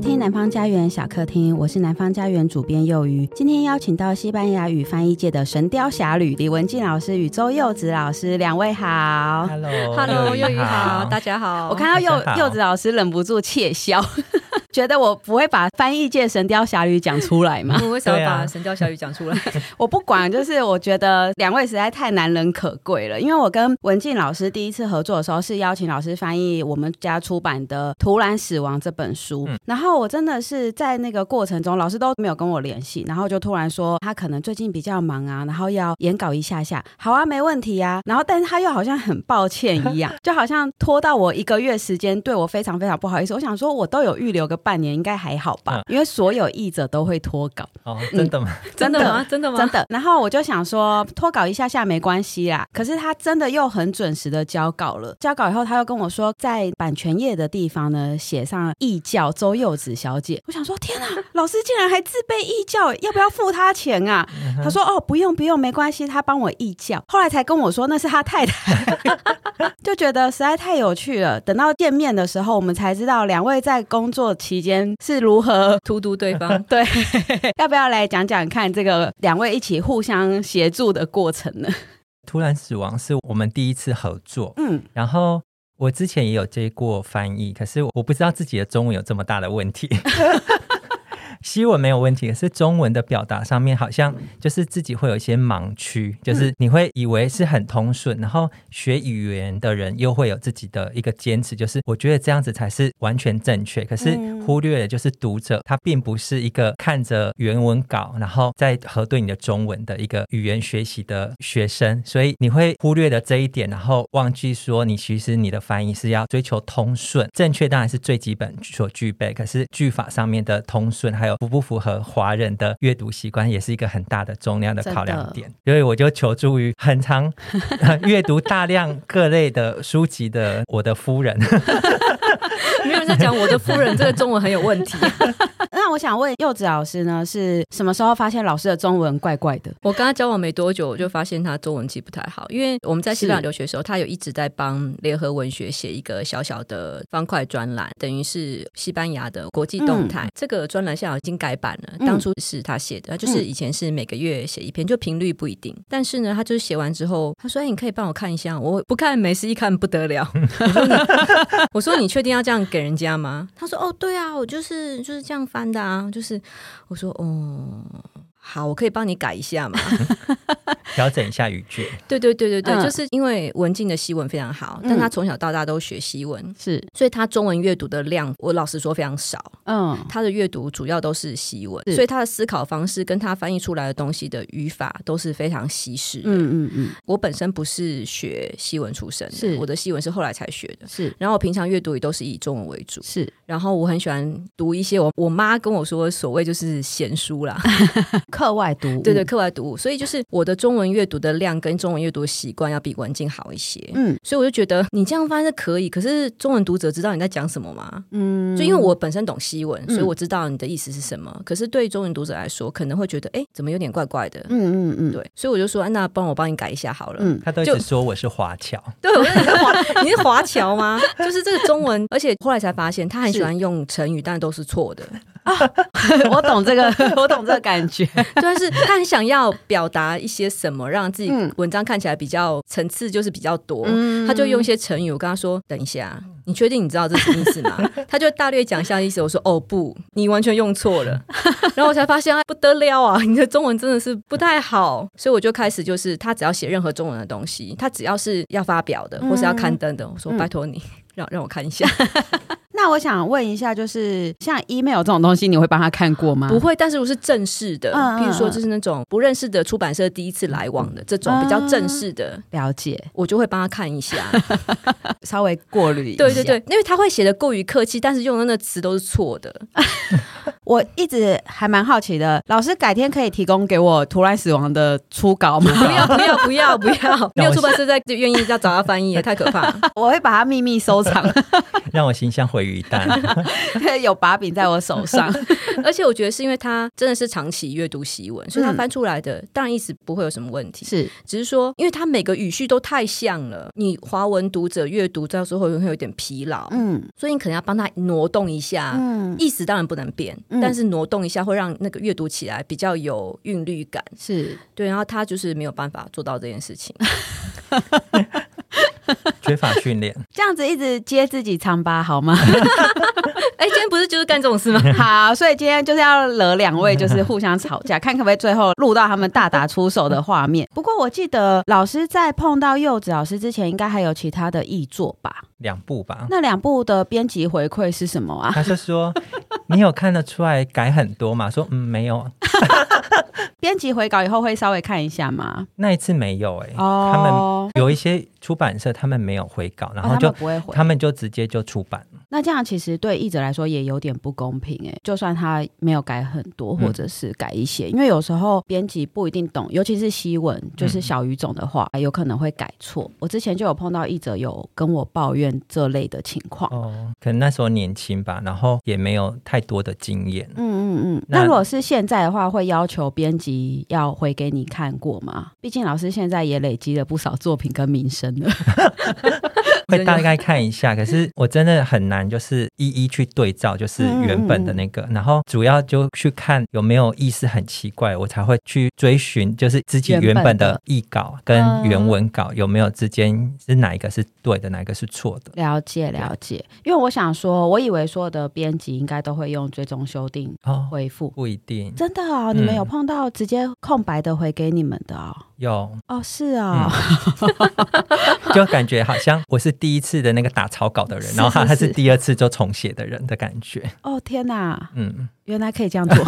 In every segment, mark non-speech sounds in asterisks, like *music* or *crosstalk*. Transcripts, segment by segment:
听南方家园小客厅，我是南方家园主编幼鱼。今天邀请到西班牙语翻译界的《神雕侠侣》李文静老师与周柚子老师，两位好。 Hello，哎 Hello，幼幼鱼鱼哦好，大家好。我看到柚大家好柚子老师忍不住窃笑， *laughs* 觉得我不会把翻译界《神雕侠侣》讲出来吗？我为什么对要啊把《神雕侠侣》讲出来？我不管，就是我觉得两位实在太难能可贵了。因为我跟文静老师第一次合作的时候，是邀请老师翻译我们家出版的《突然死亡》这本书，嗯然后我真的是在那个过程中，老师都没有跟我联系，然后就突然说他可能最近比较忙啊，然后要研稿一下下，好啊，没问题啊。然后，但是他又好像很抱歉一样， *laughs* 就好像拖到我一个月时间，对我非常非常不好意思。我想说，我都有预留个半年，应该还好吧，因为所有译者都会拖稿，哦，真的吗？ *laughs* 真的吗？真的吗？真的。然后我就想说，脱稿一下下没关系啦。可是他真的又很准时的交稿了，交稿以后他又跟我说，在版权页的地方呢写上异教周柚子小姐。我想说，天 *laughs* 啊，老师竟然还自备异教，要不要付他钱 *laughs* 啊？他说哦，不用不用，没关系，他帮我异教。后来才跟我说那是他太太， *laughs* 就觉得实在太有趣了。等到见面的时候，我们才知道两位在工作期间是如何，荼毒对方 *laughs* 对，要不要来讲讲看这个两位一起互相协助的过程呢？突然死亡是我们第一次合作， *laughs* 嗯，然后我之前也有接过翻译，可是我不知道自己的中文有这么大的问题。 *laughs* 西文没有问题，可是中文的表达上面好像就是自己会有一些盲区，嗯就是你会以为是很通顺，然后学语言的人又会有自己的一个坚持，就是我觉得这样子才是完全正确，可是嗯忽略了就是读者他并不是一个看着原文稿，然后再核对你的中文的一个语言学习的学生，所以你会忽略了这一点，然后忘记说你其实你的翻译是要追求通顺，正确当然是最基本所具备，可是句法上面的通顺，还有符不符合华人的阅读习惯，也是一个很大的重量的考真量的点。所以我就求助于很常阅读大量各类的书籍的我的夫人。没有人在讲我的夫人这个中文很有问题。那我想问柚子老师呢，是什么时候发现老师的中文怪怪的？我跟他交往没多久，我就发现他中文其实不太好，因为我们在西班牙留学的时候，他有一直在帮联合文学写一个小小的方块专栏，等于是西班牙的国际动态。这个专栏现在已经改版了，嗯当初是他写的，他就是以前是每个月写一篇，就频率不一定。但是呢，他就是写完之后，他说：“哎，你可以帮我看一下，我不看没事，一看不得了。”我说你确定要这样给人家吗？他说哦，对啊，我就是就是这样翻的啊，就是我说哦。好，我可以帮你改一下嘛？调整一下语句。对对对对对，嗯就是因为文静的西文非常好，但他从小到大都学西文，是，所以他中文阅读的量，我老实说非常少。嗯，他的阅读主要都是西文，是所以他的思考方式跟他翻译出来的东西的语法都是非常西式的。嗯嗯嗯，我本身不是学西文出身是的，我的西文是后来才学的。是然后我平常阅读也都是以中文为主，是，然后我很喜欢读一些我我妈跟我说所谓就是闲书啦，课外读物，对对，课外读物。所以就是我的中文阅读的量跟中文阅读的习惯要比文静好一些。嗯所以我就觉得你这样翻是可以，可是中文读者知道你在讲什么吗？嗯，就因为我本身懂西文，嗯所以我知道你的意思是什么。可是对中文读者来说，可能会觉得哎，诶怎么有点怪怪的？嗯嗯嗯，对，所以我就说，啊那帮我帮你改一下好了。嗯他都一就直说我是华侨，对，我就你是华，你是华侨吗？ *laughs* 就是这个中文，而且后来才发现，他很喜欢用成语，但都是错的。嗯我懂 *laughs* 这个，我懂这个感 *laughs* 觉，对，啊但是他很想要表达一些什么，让自己嗯文章看起来比较层次就是比较多。嗯他就用一些成语，我跟他说：“等一下，你确定你知道这什么意思吗？” *laughs* 他就大略讲一下意思。我说：“哦，不，你完全用 *laughs* 错了。”然后我才发现，哎，不得了啊！你的中文真的是不太好，所以我就开始就是，他只要写任何中文的东西，他只要是要发表的或是要刊登的，我说：“嗯拜托你，让让我看 *laughs* 一下。”那我想问一下，就是像 email 这种东西，你会帮他看过吗？不会，但是我是正式的，啊嗯嗯譬如说就是那种不认识的出版社第一次来往的这嗯种比较正式的，了解，我就会帮他看一 *laughs* 下。稍微过滤一下，对对对，因为他会写的过于客气，但是用的那词都是错的。我一直还蛮好奇的，老师改天可以提供给我《突然死亡》的初稿 *laughs* 吗？ *laughs* 不 *laughs* 要不要不要不要！没有出版社在愿意要找他翻 *laughs* 译，也太可怕了。我会把它秘密收 *laughs* 藏，让我形象毁于一旦。有把柄在我手上。而且我觉得是因为他真的是长期阅读习文，所以他嗯翻出来的当然一直不会有什么问 *laughs* 题。是，只是说，因为它每个语序都太像了，你华文读者阅读到时候会有点疲劳，嗯所以你可能要帮他挪动一下。嗯，意思当然不能变，嗯但是挪动一下会让那个阅读起来比较有韵律感。是对，然后他就是没有办法做到这件事情。缺乏训练，这样子一直揭自己疮疤好 *laughs* 吗？哎，今天不是就是干这 *laughs* 种事吗？好，所以今天就是要惹两位，就是互相吵架，看可不可以最后录到他们大打出手的画面。 *laughs* 不过我记得老师在碰到柚子老师之前，应该还有其他的译作吧？两步吧。那两部的编辑回馈是什么啊？他就说：“你有看得出来改很多嘛？”说：“嗯，没有，编辑回稿以后会稍微看一下吗？那一次没有、欸。”哎，他们哦，有一些出版社他们没有回稿，然哦后他就、们不会回。他们就直接就出版了。那这样其实对译者来说也有点不公平哎、就算他没有改很多，嗯或者是改一些，因为有时候编辑不一定懂，尤其是西文，就是嗯小语种的话，有可能会改错。我之前就有碰到译者有跟我抱怨这类的情况。哦，可能那时候年轻吧，然后也没有太多的经验。嗯嗯嗯，那那如果是现在的话，会要求编辑要回给你看过吗？毕竟老师现在也累积了不少作品跟名声了。 *laughs* 会大概看一下，可是我真的很难，就是一一去对照，就是原本的那个，然后主要就去看有没有意思很奇怪，我才会去追寻，就是自己原本的嗯译稿跟原文稿有没有之间是哪一个是对的，哪一个是错的。了解了解，因为我想说，我以为所有的编辑应该都会用追踪修订哦，回复，不一定真的哦，你们嗯有碰到直接空白的回给你们的哦？有，哦，是哦，就感觉好像我是第一次的那个打草稿的人，是然后他是 *laughs* 他是是第二次就重写的人的感觉。哦天哪，嗯，原来可以这样做，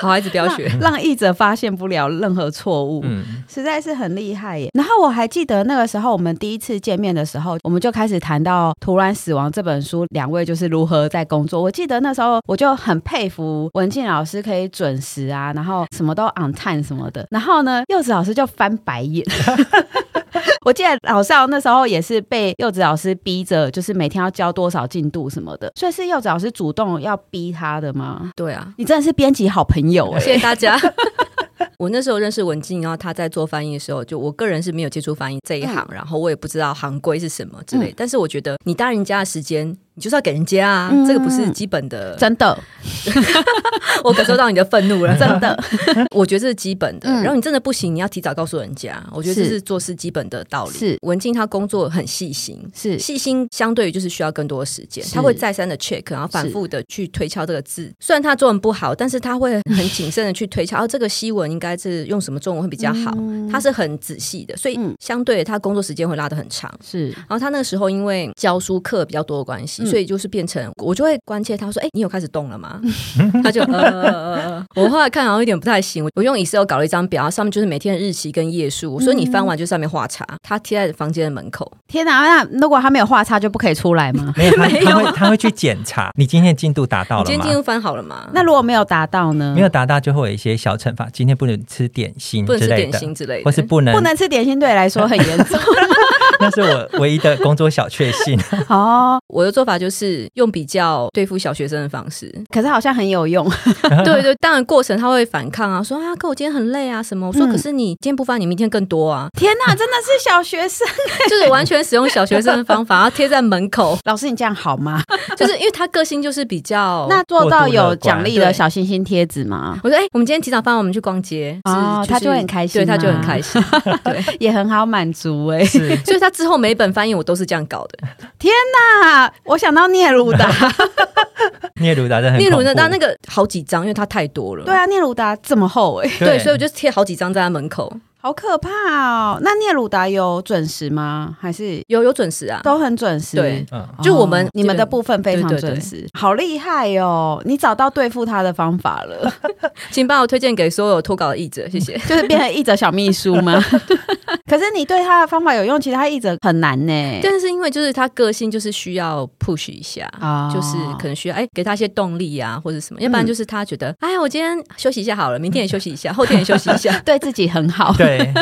好孩子不要学。 *laughs* 让译者发现不了任何错误。 *laughs* 嗯，？实在是很厉害耶！然后我还记得那个时候我们第一次见面的时候，我们就开始谈到《突然死亡》这本书，两位就是如何在工作。我记得那时候我就很佩服文静老师可以准时啊，然后什么都 on time 什么的。然后呢，柚子老师就翻白眼。我记得老邵那时候也是被柚子老师逼着，就是每天要交多少进度什么的，所以是柚子老师主动要逼他的吗？对啊，你真的是编辑好朋友哎、 *laughs* 谢谢 *laughs* 大家。我那时候认识文静，然后她在做翻译的时候，就我个人是没有接触翻译这一行，然后我也不知道行规是什么之类。嗯但是我觉得你搭人家的时间，你就是要给人家啊，嗯这个不是基本 *laughs* 的。真的，我感受到你的愤怒 *laughs* 了，真的， *laughs* 我觉得这是基本的。嗯然后你真的不行，你要提早告诉人家。我觉得这是是做事基本的道理。是文静她工作很细心。是细心相对于就是需要更多的时间，是她会再三的 check，然后反是复的去推敲这个字。虽然她中文不好，但是她会很谨慎的去推敲，哦，这个西文应该是用什么中文会比较好。嗯她是很仔细的，所以嗯相对的她工作时间会拉得很长。是然后他那个时候因为教书课比较多的关系，嗯所以就是变成我就会关切他说：“哎、你有开始动了吗？” *laughs* 他就呃呃呃呃，我后来看好像有点不太行，我我用 Excel 搞了一张表，上面就是每天的日期跟页数，我说你翻完就上面画叉，他贴在房间的门口。天哪，啊那如果他没有画叉，就不可以出来 *laughs* 吗没有他他会他会去检查你今天的进度达到你了今天吗进？度翻好了吗？那如果没有达到呢？没有达到就会有一些小惩罚，今天不能吃点心不能之吃类点的，心之类的，或是不能，不能吃点心，对你来说很严 *laughs* 重那是我唯一的工作小确 *laughs* 幸。哦。我的做法就是用比较对付小学生的方式，可是好像很有用，对对，当然过程他会反抗啊，说啊，可我今天很累啊什么，我说嗯可是你今天不翻，你明天更多啊，天哪，真的是小学生。 *laughs* 就是完全使用小学生的方法，然后贴在门口，老师，你这样好吗？就是因为他个性就是比较那做到有奖励的对小星星贴纸吗？我说哎、我们今天提早放，我们去逛街哦是他就会很开心对，他就很吗开心，对，也很好满足 *laughs* 哎、是，所以他之后每一本翻译我都是这样搞的。那啊我想到聂鲁达， *laughs* 聂鲁达真的很例如呢，恐那怖那个好几张，因为他太多了，对啊，聂鲁达这么厚哎、对，所以我就贴好几张在他门口，好可怕哦。那聂鲁达有准时吗？还是有有准时啊，都很准时？对嗯，就我们哦你们这的个部分非常对对对准时，好厉害哦！你找到对付他的方法了。 *laughs* 请帮我推荐给所有脱稿的译者，谢谢。就是变成译者小秘书吗？ *laughs* 可是你对他的方法有用，其实他译者很难呢、但是因为就是他个性就是需要 push 一下，哦。就是可能需要哎、给他一些动力啊或者什么，要不然就是他觉得、哎我今天休息一下好了，明天也休息 *laughs* 一下，后天也休息一下对自己很好。对，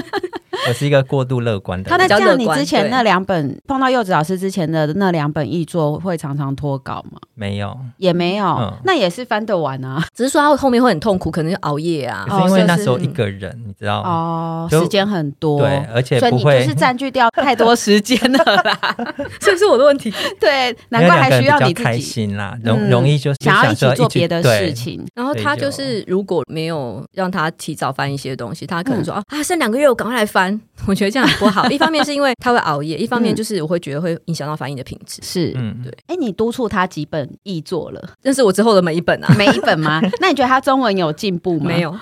我是一个过度乐观的他人。那这比较样，乐你观之前对那两本碰到柚子老师之前的那两本译作，会常常脱稿吗？没有，也没有，嗯那也是翻得完啊。只是说他后面会很痛苦，可能就熬夜啊。可是因哦为就那是时候一个人，你知道吗？哦，就时间很多，对，而且所以不你就会是占据掉太多时间了 *laughs* 啦。这是我的问题。对，因难为怪两个还人需要比较你自开己心啦，容嗯容易就是想要一说起做别的事。对情。然后所以他就就是哦如果没有让他提早翻一些东西，他可能说、啊啊剩两个月我赶快来翻， *laughs* 我觉得这样很不 *laughs* 好。一方面是因为他会熬夜，一方面就是我会觉得会影响到翻译的品质。是，哎、嗯，对你督促他几本译作了？但是我之后的每一本啊，每一本 *laughs* 吗？那你觉得他中文有进步吗？*laughs* 没，有。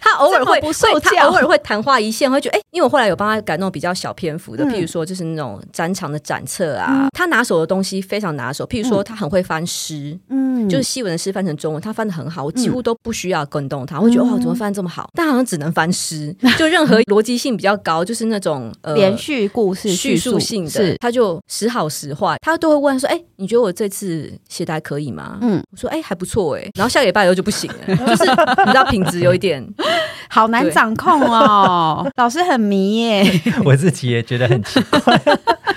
他偶尔会这么不受会他教偶尔会昙花一现，会觉得哎、因为我后来有帮他改那种比较小篇幅的，嗯譬如说就是那种展场的展册啊，他拿手的东西非常拿手，譬如说他很会翻诗，嗯，就是是西文的诗翻成中文，他翻的很好，我几乎都不需要跟动他，我觉得哦嗯哇怎么翻得这么好？但好像只能翻诗，就任何逻辑性比较高，就是那种呃连续故事叙述性的是，，他就时好时坏，他都会问说：“哎、你觉得我这次写的还可以吗？”嗯嗯，我说：“哎、还不错哎、然后下个礼拜以后就不行了， *laughs* 就是你知道品质有一点，好难对掌控 *laughs* 哦。老师很迷耶， *laughs* 我自己也觉得很奇怪。 *laughs*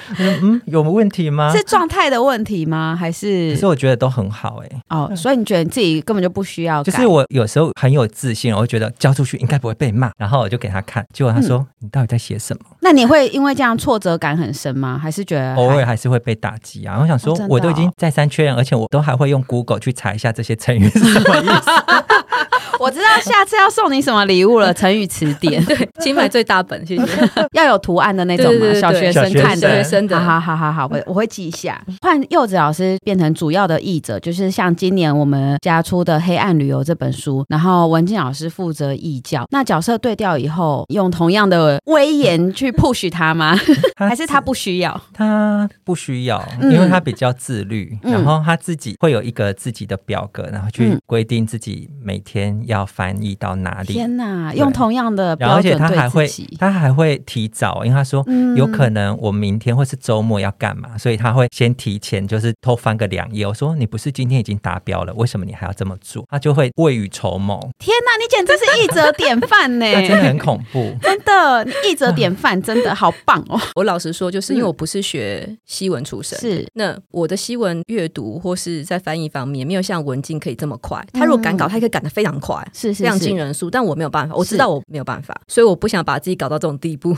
我说嗯，有问题吗？是状态的问题吗？还可是是我觉得都很好哎、哦？所以你觉得你自己根本就不需要就改？是我有时候很有自信，我会觉得交出去应该不会被嗯骂，然后我就给他看，结果他说、你到底在写什么？那你会因为这样挫折感很深吗？还是觉得偶哎还尔还是会被打击啊。我想说哦真的哦我都已经再三确认，而且我都还会用 Google 去查一下这些成语是什么 *laughs* 意思。 *laughs* 我知道下次要送你什么礼物了？成语词 *laughs* *laughs* 典对，请买最大本，谢谢。要有图案的 *laughs* 那种对对吗？对小学对生小学看生的学。生的，好好好好好，嗯我我会记一下。换柚子老师变成主要的译者，就是像今年我们家出的《黑暗旅游》这本书，然后文静老师负责译教。那角色对调以后，用同样的威严去 push 他吗？ *laughs* 还是他不需要？他不需要，嗯因为他比较自律，嗯然后他自己会有一个自己的表格，然后去嗯规定自己每天要翻译到哪里。天哪，对用同样的然标后，而且准他还对会自己，，他还会提早，因为他说，嗯有可能我明天或是周末要干嘛，所以他会先提前就是偷翻个两页。我说，你不是今天已经达标了，为什么你还要这么做？他就会未雨绸缪， *laughs* 天哪，你简直是译者典 *laughs* 范呢！那真的很恐怖。真的，你译者典范，真的好棒 *laughs* 哦！我老实说，就是因为嗯我不是学西文出身。是，那我的西文阅读或是在翻译方面，没有像文静可以这么快。他如果赶稿，他可以赶得非常快，嗯是是非常是惊。人速。但我没有办法，我是知道我没有办法，所以我不想把自己搞到这种地步。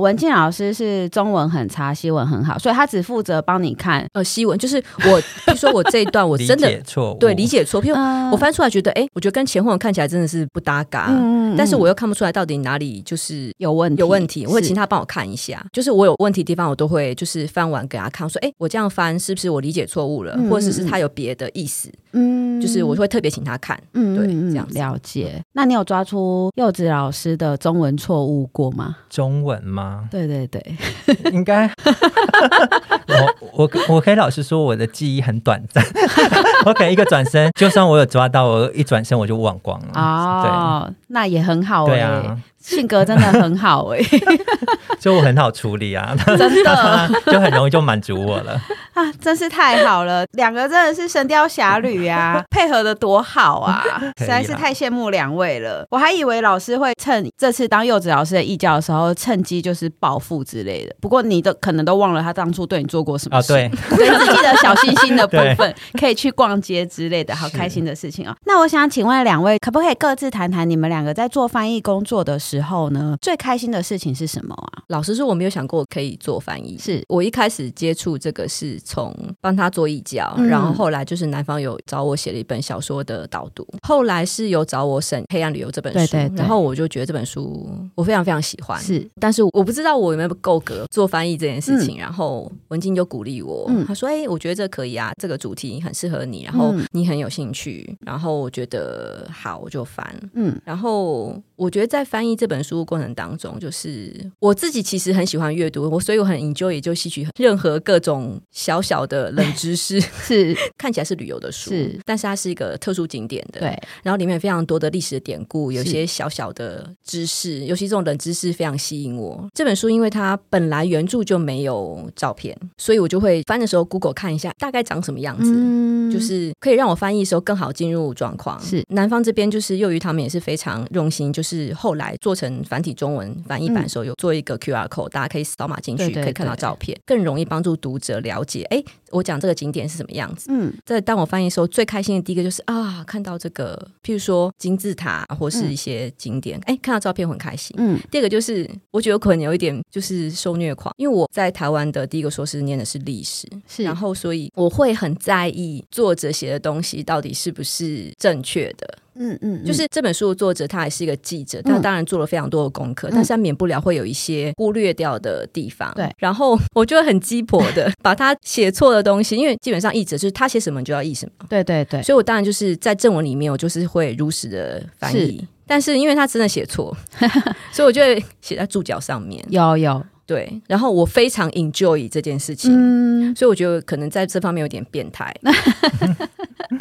文静老师是中文很差，西文很好，所以他只负责帮你看。呃，西文就是我，比如说我这一段我理 *laughs* 真的解错误，对理解错，譬如嗯我翻出来觉得，哎、我觉得跟前后文看起来真的是不搭嘎，嗯但是我又看不出来到底哪里就是有问题，有问题，我会是请他帮我看一下。就是我有问题的地方，我都会就是翻完给他看，我说，哎、我这样翻是不是我理解错误了，嗯或者是嗯嗯他有别的意思？嗯就是我会特别请他看。嗯对嗯嗯这样子了解。那你有抓出柚子老师的中文错误过吗？中文吗？对对 *laughs* 对，应该， *laughs* 我我我可以老实说，我的记忆很短暂。 *laughs* 我可能一个转身，就算我有抓到，我一转身我就忘光了。啊哦，那也很好对哎、对啊，性格真的很好哎、所以我很好处理 *laughs* 啊，真 *laughs* 的就很容易就满足我了。啊， *laughs* 真是太好了，两个真的是《神雕侠侣》啊，配合的多好 *laughs* 啊，实可以啦在是太羡慕两位了。我还以为老师会趁这次当柚子老师的义教的时候，趁机就是报复之类的。不过你的可能都忘了他当初对你做过什么啊，事。对， *laughs* 对自己的小星星的部对分，可以去逛街之类的，好是开心的事情哦。那我想请问两位，可不可以各自谈谈你们两个在做翻译工作的时候呢，最开心的事情是什么啊？老实说，我没有想过可以做翻译。是我一开始接触这个是从帮他做译教，嗯然后后来就是南方有找我写了一本小说的导读，后来是有找我审《黑暗旅游》这本书，对对对然后我就觉得这本书我非常非常喜欢。是但是我不知道我有没有够格做翻译这件事情，然后文静就鼓励我，嗯他说：“哎、我觉得这可以啊，这个主题很适合你，然后嗯你很有兴趣，然后我觉得好，我就翻。嗯然后我觉得在翻译这本书过程当中，就是我自己其实很喜欢阅读，我所以我很 enjoy 也就吸取任何各种小小的 *laughs* 冷知识。是，看起来 *laughs* 是旅游的书，是但是它是一个特殊景点的，对，然后里面有非常多的历史的典故，有一是些小小的知识，尤其这种冷知识非常吸引我。这本书因为它本来原著就没有照片，所以我就会翻的时候 Google 看一下大概长什么样子。嗯就是可以让我翻译的时候更好进入状况。是南方这边就是幼鱼他们也是非常用心，就是后来做成繁体中文翻译版的时候，有做一个 QR code，大家可以扫码进去，嗯对对可以看到对照片，更容易帮助读者了解。哎，我讲这个景点是什么样子。嗯在当我翻译的时候，最开心的第一个就是啊，看到这个，譬如说金字塔啊或是一些景点，哎、看到照片我很开心。嗯第二个就是，我觉得我可能有一点就是受虐狂，因为我在台湾的第一个硕士念的是历史，是，然后所以我会很在意作者写的东西到底是不是正确的。嗯嗯就是这本书的作者他也是一个记者，他嗯当然做了非常多的功课，但是他免不了会有一些忽略掉的地方。对然后 *laughs* 我就会很鸡婆的把他写错的东西，因为基本上译者就是他写什么你就要译什么，对对对，所以我当然就是在正文里面我就是会如实的翻译。但是因为他真的 *laughs* 写错，所以我就会写在注脚上面。有有，对，然后我非常 enjoy 这件事情，嗯，所以我觉得可能在这方面有点变态。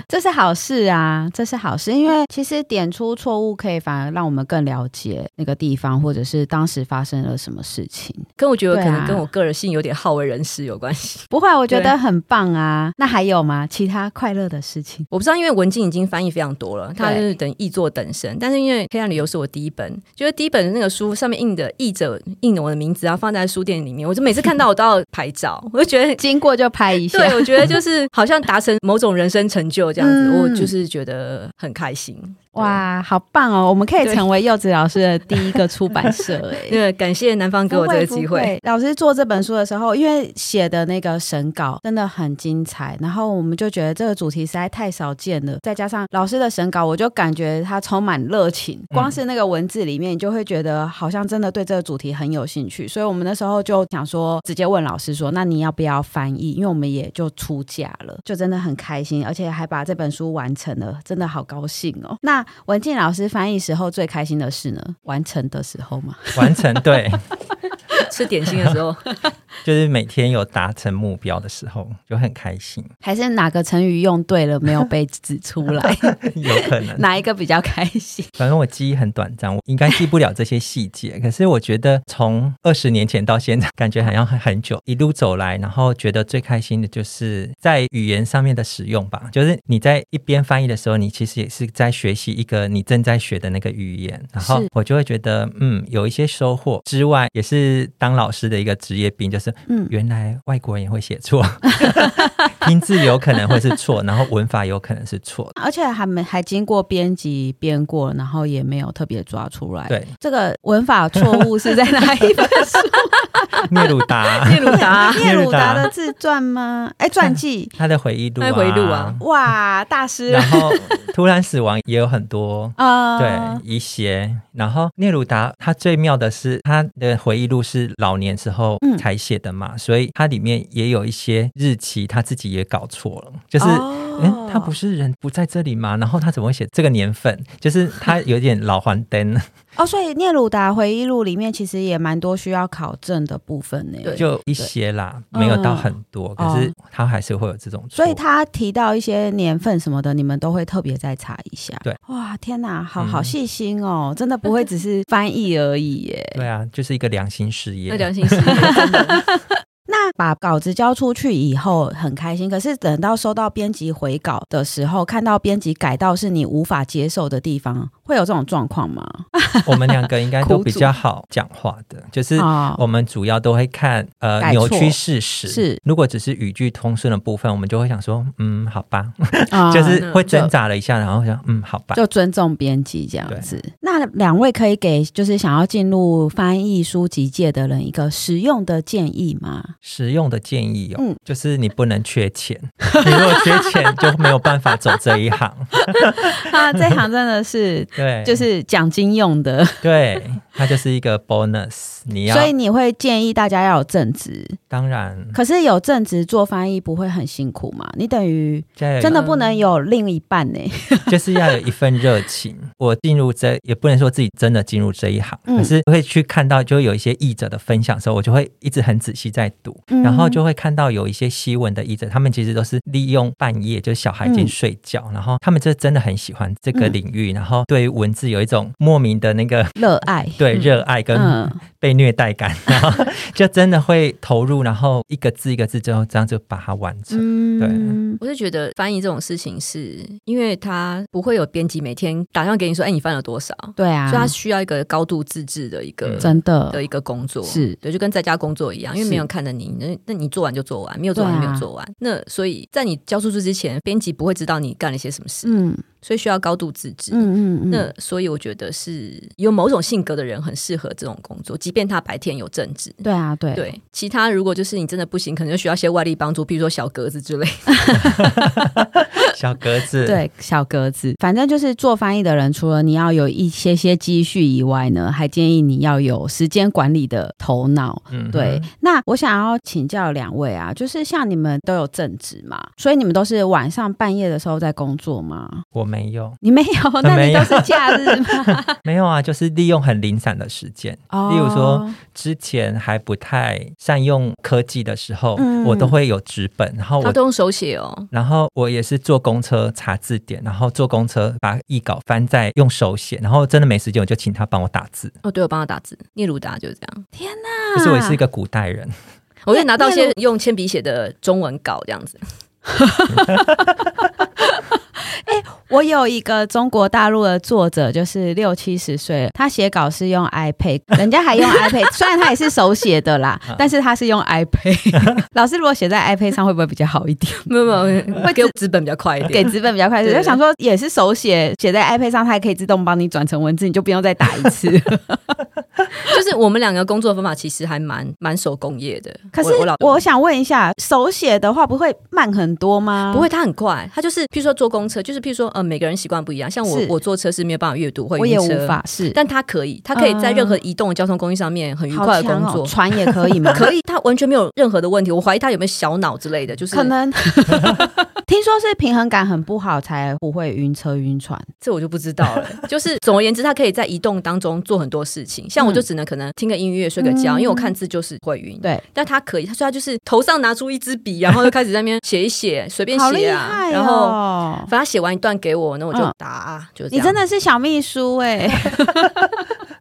这是好事啊，这是好事，因为其实点出错误可以反而让我们更了解那个地方，或者是当时发生了什么事情。跟我觉得可对能啊跟我个人性有点好为人师有关系。不会，我觉对得很棒啊。那还有吗？其他快乐的事情？我不知道，因为文静已经翻译非常多了，它对就是等译作等身。但是因为《黑暗旅游》是我第一本，觉得第一本的那个书上面印的译者印我的名字，然后放在书店里面，我就每次看到我都要拍照，我就 *laughs* 觉得。经过就拍一下，对，我觉得就是好像达成某种人生成就这样子，嗯我就是觉得很开心。对，哇，好棒哦！我们可以对成为柚子老师的第一个出版社、哎，因为感谢南方给我这个机不会不会。会老师做这本书的时候，因为写的那个审稿真的很精彩，然后我们就觉得这个主题实在太少见了，再加上老师的审稿，我就感觉他充满热情。嗯光是那个文字里面，你就会觉得好像真的对这个主题很有兴趣，所以我们那时候就想说，直接问老师说：“那你要不要翻译？”因为我们也就出价了，就真的很开心，而且还把这本书完成了，真的好高兴哦。那文静老师翻译时候最开心的事呢？完成的时候吗？完成对，吃点心的时候， *laughs* 就是每天有达成目标的时候就很开心，还是哪个成语用对了没有被指出 *laughs* 来？有可能。哪一个比较开心？反正我记忆很短暂，我应该记不了这些细节。可是我觉得从二十年前到现在，感觉好像很很久，一路走来，然后觉得最开心的就是在语言上面的使用吧。就是你在一边翻译的时候，你其实也是在学习一个你正在学的那个语言，然后是我就会觉得嗯有一些收获之外，也是当老师的一个职业病，就是嗯原来外国人也会写错， *laughs* 拼字有可能会是错，然后文法有可能是错的。而且还没还经过编辑编过，然后也没有特别抓出来。，对，这个文法错误是在哪一本 *laughs* 书？聂鲁 *laughs* 达。聂鲁 *laughs* 达聂鲁达的自传吗？嗯哎，传记。他的回忆录、啊，他的回忆录啊哇，大师 *laughs* 然后突然死亡也有很 *laughs* 多。啊！对，一些。然后聂鲁达他最妙的是，他的回忆录是老年之后嗯才写的嘛，所以它里面也有一些日期，他自己也搞错了，就是。哦诶他不是人不在这里吗？然后他怎么会写这个年份？就是他有点老还灯，哦，所以聂鲁达回忆录里面其实也蛮多需要考证的部分呢。对就一些啦，没有到很多，可是他还是会有这种错。嗯哦所以他提到一些年份什么的，你们都会特别再查一下。对，哇，天哪，好嗯好细心哦， *laughs* 真的不会只是翻译而已耶。对啊，就是一个良心事业那。良心事业真的那把稿子交出去以后很开心，可是等到收到编辑回稿的时候，看到编辑改到是你无法接受的地方，会有这种状况吗？ *laughs* 我们两个应该都苦比主较好讲话 *laughs* 的，就是哦啊我们主要都会看呃改扭错曲事实。是如果只是语句通顺的部分，我们就会想说，嗯，好吧，啊 *laughs* 就是会嗯挣扎了一下，然后想，嗯，好吧。就尊重编辑这样子。那两位可以给就是想要进入翻译书籍界的人一个实用的建议 *laughs* 吗？实用的建议哦，嗯就是你不能缺钱， *laughs* 你如果缺钱就没有办法走这一行。啊，这行真的是对， *laughs* 就是奖金用的，对，它就是一个 bonus。你 *laughs* 要，所以你会建议大家要有正职。当然可是有正职做翻译不会很辛苦吗？你等于在真的不能有另一半呢、就是要有一份热情。我进入这也不能说自己真的进入这一行，嗯可是会去看到，就有一些译者的分享的时候，我就会一直很仔细在读，嗯 *laughs* 然后就会看到有一些西文的译者，他们其实都是利用半夜，就是小孩已嗯经睡觉，然后他们就真的很喜欢这个领域，然后对文字有一种莫名的那个。热爱，对嗯热爱跟嗯，被虐待感，然后 *laughs* 就真的会投入，然后一个字一个字之后，这样就把它完成。嗯，我是觉得翻译这种事情是，因为它不会有编辑每天打电话给你说，哎，你翻了多少，对所啊，以它需要一个高度自治的一个嗯真的的一个工作。是对，就跟在家工作一样，因为是没有人看着你，那那你做完就做完，没有做完对啊就没有做完。那所以在你交出去之前，编辑不会知道你干了些什么事，嗯所以需要高度自治。嗯嗯嗯，那所以我觉得是有某种性格的人很适合这种工作，即便他白天有正职。对啊，对，对，其他如果就是你真的不行，可能就需要一些外力帮助，比如说小格子之类。小格子，对，小格子，反正就是做翻译的人，除了你要有一些些积蓄以外呢，还建议你要有时间管理的头脑。嗯对，那我想要请教两位啊，就是像你们都有正职嘛，所以你们都是晚上半夜的时候在工作吗？我没有，你没 *laughs* 有，那没你有都是假日吗？没有啊，就是利用很零散的时间。哦 *laughs* 例如说，之前还不太善用科技的时候，嗯我都会有纸本，然后他我。都用手写哦，然后我也是坐公车查字典，然后坐公车把译稿翻在用手写，然后真的没时间我就请他帮我打啊字，哦，对，我帮他打字，聂鲁达就是这样。就是我也是一个古 *laughs* 代人， *laughs* 我就拿到一些用铅笔写的中文稿这 *laughs* 样子。我有一个中国大陆的作者，就是六七十岁了，他写稿是用 *laughs* iPad，人家还用 iPad，虽然他也是手写的啦，啊但是他是用 *laughs* iPad。老师如果写在 iPad 上，会不会比较好一点？没有没有，会给我资本比较快一给点。纸本比较快。对我想说，也是手写，写在 iPad 上，它还可以自动帮你转成文字，你就不用再打一次。就是我们两个工作方法其实还蛮蛮手工业的。可是我我老我想问一下，手写的话不会慢很多吗？不会，，他很快，他就是譬如说坐公车，就是譬如说呃，每个人习惯不一样。像我是我坐车是没有办法阅读或我也晕车无，法是。但他可以，他可以在任何移动的交通工具上面很愉好快的强工作哦，。船也可以吗？ *laughs* 可以，他完全没有任何的问题。我怀疑他有没有小脑之类的，就是可 *laughs* 能听说是平衡感很不好，才不会晕车晕船。这我就不知道了。 *laughs* 就是总而言之，他可以在移动当中做很多事情。像我就只能可能听个音乐、睡个觉，嗯因为我看字就是会晕。对，但他可以，他说他就是头上拿出一支笔，然后就开始在那边写一写，随便好厉写害、哦！，啊然后。反正他写完一段给我，那我就嗯答、啊，就这你样。真的是小秘书 *laughs* 哎、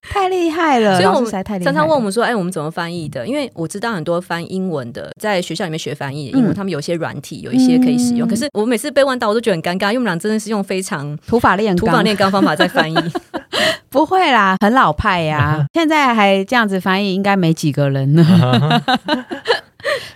太厉害了！所以我老师们实在太厉害常了。常问我们说：“哎，我们怎么翻译的？”因为我知道很多翻英文的，在学校里面学翻译的英文，嗯他们有一些软体，有一些可以使嗯用。可是我每次被问到，我都觉得很尴尬，因为我们俩真的是用非常土法炼土钢，法炼钢方法在翻译。不会啦，很老派呀、 *laughs* 现在还这样子翻译，应该没几个人了。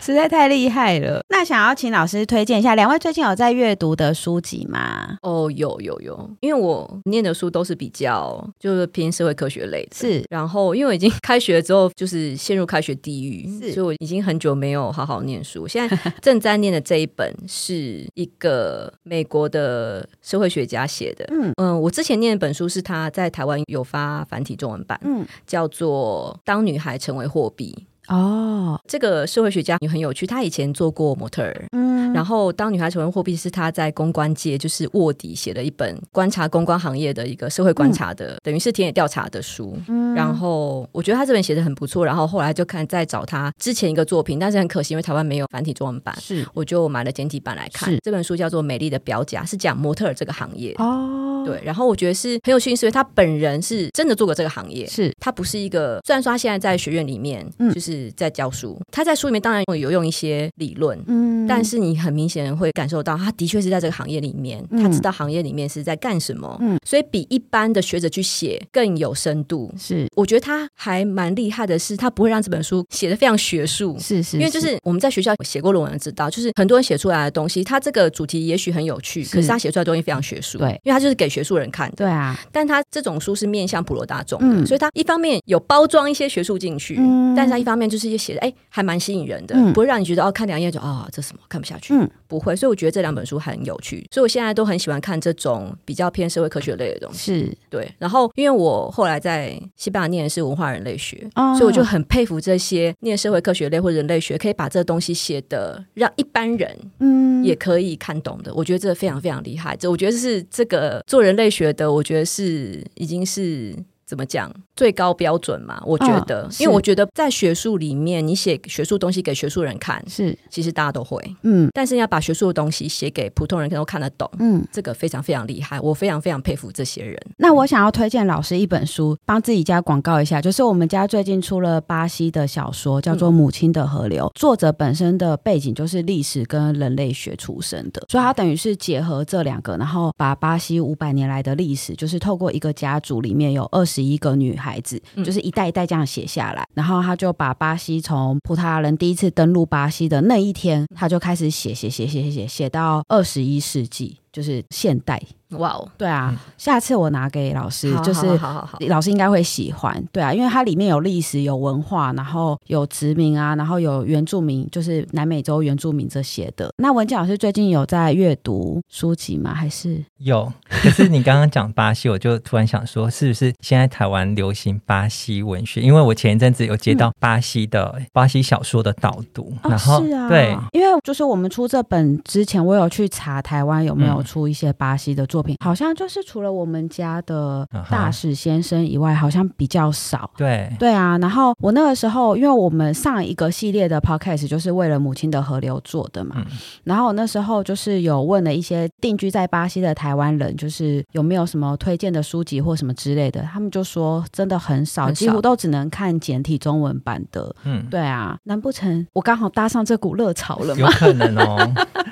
实在太厉害了！那想要请老师推荐一下，两位最近有在阅读的书籍吗？哦，有有有，因为我念的书都是比较就是偏社会科学类的。是然后，因为我已经 *laughs* 开学之后，就是陷入开学地狱，是所以我已经很久没有好好念书。现 *laughs* 在正在念的这一本是一个美国的社会学家写的。嗯嗯，我之前念的本书是他在台湾有发繁体中文版，嗯叫做《当女孩成为货币》。哦这个社会学家也很有趣，他以前做过模特儿，嗯然后，当女孩成为货币是她在公关界就是卧底写了一本观察公关行业的一个社会观察的，等于是田野调查的书。嗯然后我觉得他这本写的很不错，然后后来就看再找他之前一个作品，但是很可惜，因为台湾没有繁体中文版，是我就买了简体版来看是。这本书叫做《美丽的表甲》，是讲模特儿这个行业。哦对，然后我觉得是很有趣，是因为他本人是真的做过这个行业，是他不是一个，虽然说他现在在学院里面，嗯就是在教书，他在书里面当然有用一些理论，嗯但是你很明显会感受到，他的确是在这个行业里面，嗯他知道行业里面是在干什么，嗯所以比一般的学者去写更有深度。是我觉得他还蛮厉害的是，他不会让这本书写得非常学术。是是，因为就是我们在学校写过论文，知道就是很多人写出来的东西，他这个主题也许很有趣，是可是他写出来的东西非常学术。对因为他就是给学术人看的。对啊，但他这种书是面向普罗大众的，嗯所以他一方面有包装一些学术进去，嗯但是他一方面就是也写的哎、还蛮吸引人的，嗯不会让你觉得哦看两页就哦这什么看不下去，嗯不会。所以我觉得这两本书很有趣，所以我现在都很喜欢看这种比较偏社会科学类的东西。是对，然后因为我后来在西班牙念的是文化人类学，哦所以我就很佩服这些念社会科学类或人类学可以把这东西写的让一般人嗯也可以看懂的，我觉得这非常非常厉害。这我觉得是这个做人类学的，我觉得是已经是怎么讲最高标准嘛？我觉得，嗯因为我是觉得在学术里面，你写学术东西给学术人看，是其实大家都会，嗯但是要把学术的东西写给普通人都看得懂。嗯。这个非常非常厉害，我非常非常佩服这些人。那我想要推荐老师一本书，帮自己家广告一下，就是我们家最近出了巴西的小说，叫做《母亲的河流》，作者本身的背景就是历史跟人类学出身的，所以他等于是结合这两个，然后把巴西五百年来的历史，就是透过一个家族里面有二十一个女孩子，嗯就是一代一代这样写下来，然后他就把巴西从葡萄牙人第一次登陆巴西的那一天，他就开始写写写写写写写到二十一世纪，就是现代。哇哦，对啊，下次我拿给老师，好就好是好好好，老师应该会喜欢。对啊，因为它里面有历史、有文化，然后有殖民啊，然后有原住民，就是南美洲原住民这些的。那文静老师最近有在阅读书籍吗？还是有，可是你刚刚讲巴西，我就突然想说，是不是现在台湾流行巴西文学？因为我前一阵子有嗯接到巴西的、巴西小说的导读，然后、是啊，对，，因为就是我们出这本之前，我有去查台湾有没有嗯出一些巴西的作品，好像就是除了我们家的嗯哼大使先生以外，好像比较少。对，对啊，然后我那个时候，因为我们上一个系列的 podcast 就是为了母亲的河流做的嘛，嗯然后我那时候就是有问了一些定居在巴西的台湾人，就是有没有什么推荐的书籍或什么之类的，他们就说真的很少，很少几乎都只能看简体中文版的。嗯，对啊，难不成我刚好搭上这股热潮了有吗？可能哦。 *laughs*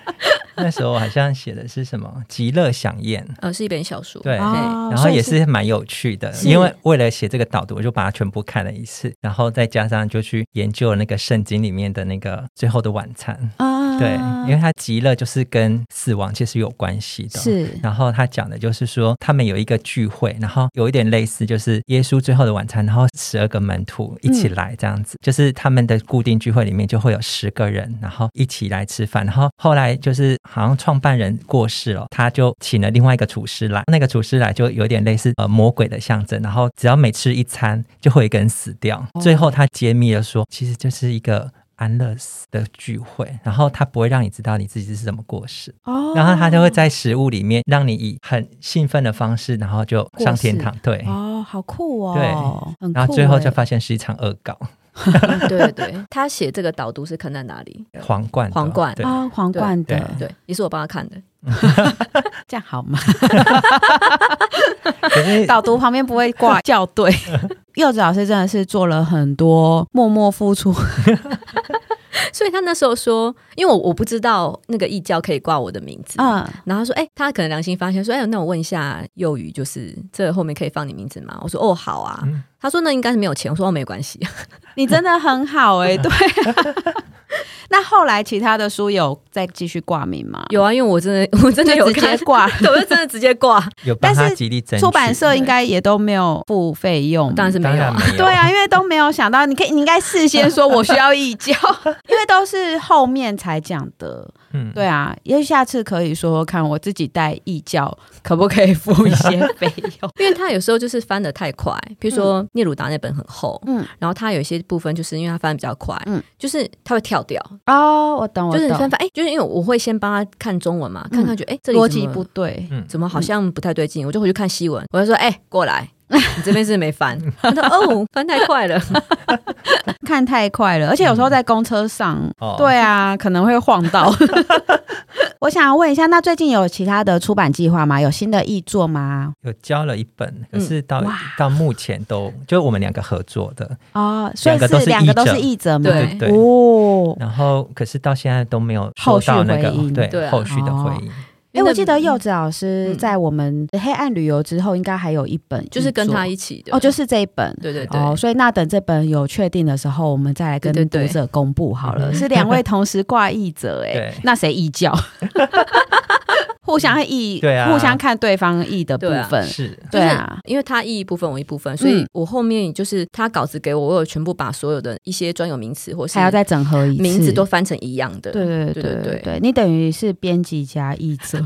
那时候好像写的是什么《极乐想宴》。呃，是一本小说，对，哦然后所以也是是蛮有趣的，是因为为了写这个导读，我就把它全部看了一次，然后再加上就去研究了那个圣经里面的那个最后的晚餐。啊对，因为它极乐就是跟死亡其实有关系的。。是然后他讲的就是说，他们有一个聚会，然后有一点类似，就是耶稣最后的晚餐，然后十二个门徒一起来这样子，就是他们的固定聚会里面就会有十个人，然后一起来吃饭。然后后来就是好像创办人过世了，他就请了另外一个厨师来，那个厨师来就有点类似呃魔鬼的象征，然后只要每吃一餐就会有一个人死掉。最后他揭秘了说，其实就是一个。安乐死的聚会，然后他不会让你知道你自己是怎么过世，哦然后他就会在食物里面让你以很兴奋的方式，然后就上天堂。对，哦，好酷哦，对很酷欸、然后最后就发现是一场恶搞，对对对，他写这个导读是看在哪里？皇冠的，皇冠对，啊呃皇冠的对，对，也是我帮他看的。这样好吗？可 *laughs* 是导读旁边不会挂校对。 *laughs* 柚子老师真的是做了很多默默付出，所以他那时候说，因为我我不知道那个义教可以挂我的名字，嗯，然后他说，哎、他可能良心发现，说，哎、那我问一下幼宇，就是这后面可以放你名字吗？我说，哦，好啊。嗯他说，那应该是没有钱。我说，哦，没关系。 *laughs* 你真的很好哎、对、 *laughs* 那后来其他的书有再继续挂名吗？有啊，因为我真的，我真的有就直看接，挂， *laughs* 对我就真的直接挂。有但帮他是极力争取，出版社应该也都没有付费用。当然是没当有然啊。 *laughs* 没有，对啊，因为都没有想到，你可以，你应该事先说我需要义 *laughs* 教，因为都是后面才讲的。嗯，对啊，也许下次可以说说看，我自己带义教可不可以付一些费用？因为他有时候就是翻的太快，比如说聂鲁达那本很厚，嗯嗯，然后他有一些部分就是因为他翻的比较快，嗯嗯，就是他会跳掉， *laughs* 哦，我懂，我懂，嗯就是你翻翻，哎、就是因为我会先帮他看中文嘛，看看觉得哎、这里逻怎辑么不对，嗯怎么好嗯像不太对劲，我就回去看西文，我就说：“哎、过 *laughs* 来，你这边是没翻。”他说：“哦，翻太快了。看太快了，而且有时候在公车上，哦对啊，可能会晃 *laughs* 到。我想要问一下，那最近有其他的出版计划吗？有新的译作吗？有交了一本，可是到、嗯哇到目前都就我们两个合作的，哦，所以两个都是是两个都是译译者吗？对对哦。然后可是到现在都没有后收续到那个回应对对啊后续的回应，哎、我记得柚子老师嗯在我们黑暗旅游之后，应该还有一本译”作，就是跟他一起的，哦，就是这一本。对对对。哦，所以那等这本有确定的时候，我们再来跟对对读对嗯者公 *laughs* 欸布好了。是两位同时挂译者、哎对，那谁译教？ *laughs* 互相会译，对啊互相看对方译的部嗯对啊分，是对啊，嗯因为他一部分我一部分，所以我后面就是他稿子给我，我有全部把所有的一些专有名词或是还要再整合一次，名字都翻成一样的。对对对对对对对对对，你等于是编辑加译 *laughs* 者，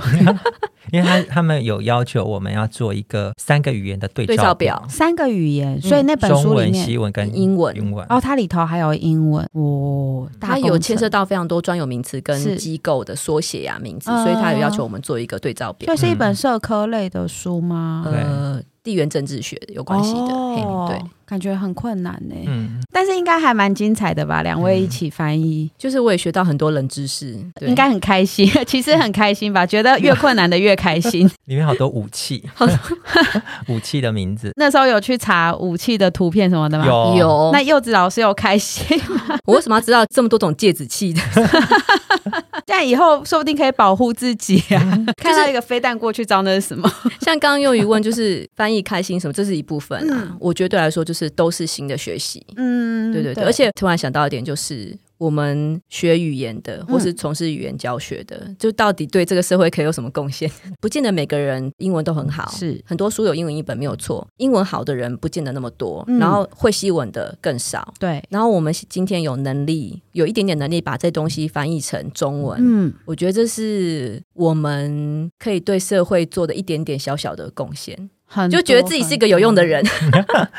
因为他他们有要求我们要做一个三个语言的对对照照表三个语言，嗯所以那本中书里文、面，西文跟英文英文哦，它里头还有英文，哦，大他嗯有工牵涉程，到非常多专有名词是跟机构的缩写呀、名字嗯，所以他有要求我们做一个对照表就，是一本社科类的书吗？嗯呃，地缘政治学有关系的，哦嘿对，，感觉很困难欸呢、嗯，但是应该还蛮精彩的吧？两位一起翻译，就是我也学到很多冷知识，嗯对应该很开心。 *laughs* 其实很开心吧？觉得越困难的越开 *laughs* 心。里面好多武器， *laughs* 武器的名字那时候有去查武器的图片什么的吗？。啊有 *laughs* 有那柚子老师有开心， *laughs* *laughs* 我为什么要知道这么多种戒指器的？ *laughs* 这样以后说不定可以保护自己 *laughs* 啊！看到一个飞弹过去，知道那是什么。像刚刚用于问，就是翻译开心什么，这是一部分啊。嗯我觉得对来说，就是都是新的学习。嗯，对对对，而且突然想到一点，就是我们学语言的，或是从事语言教学的，就到底对这个社会可以有什么贡献？ *laughs* 不见得每个人英文都很好，是很多书有英文译本没有错，英文好的人不见得那么多，嗯然后会西文的更少。对，然后我们今天有能力，有一点点能力把这东西翻译成中文，嗯，我觉得这是我们可以对社会做的一点点小小的贡献，很就觉得自己是一个有用的人。人。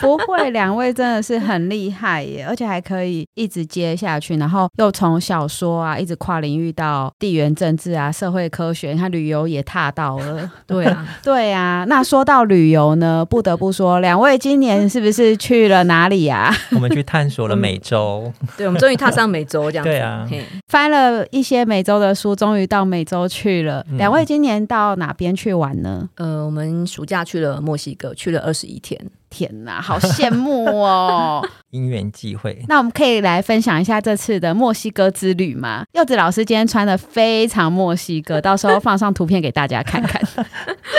不会，两位真的是很厉害耶，而且还可以一直接下去，然后又从小说啊，一直跨领域到地缘政治啊、社会科学，你看旅游也踏到了。 *laughs* 对啊，对啊，那说到旅游呢，不得不说，两位今年是不是去了哪里呀、啊？ *laughs* 我们去探索了美 *laughs* 洲，对，我们终于踏上美洲这样子。对啊嘿翻了一些美洲的书，终于到美洲去了。嗯两位今年到哪边去玩呢？呃，我们暑假去了墨西哥，去了二十一天。天哪，好羡慕哦！因缘际会。那我们可以来分享一下这次的墨西哥之旅吗？柚子老师今天穿的非常墨西哥，到时候放上图片给大家看 *laughs* 看。我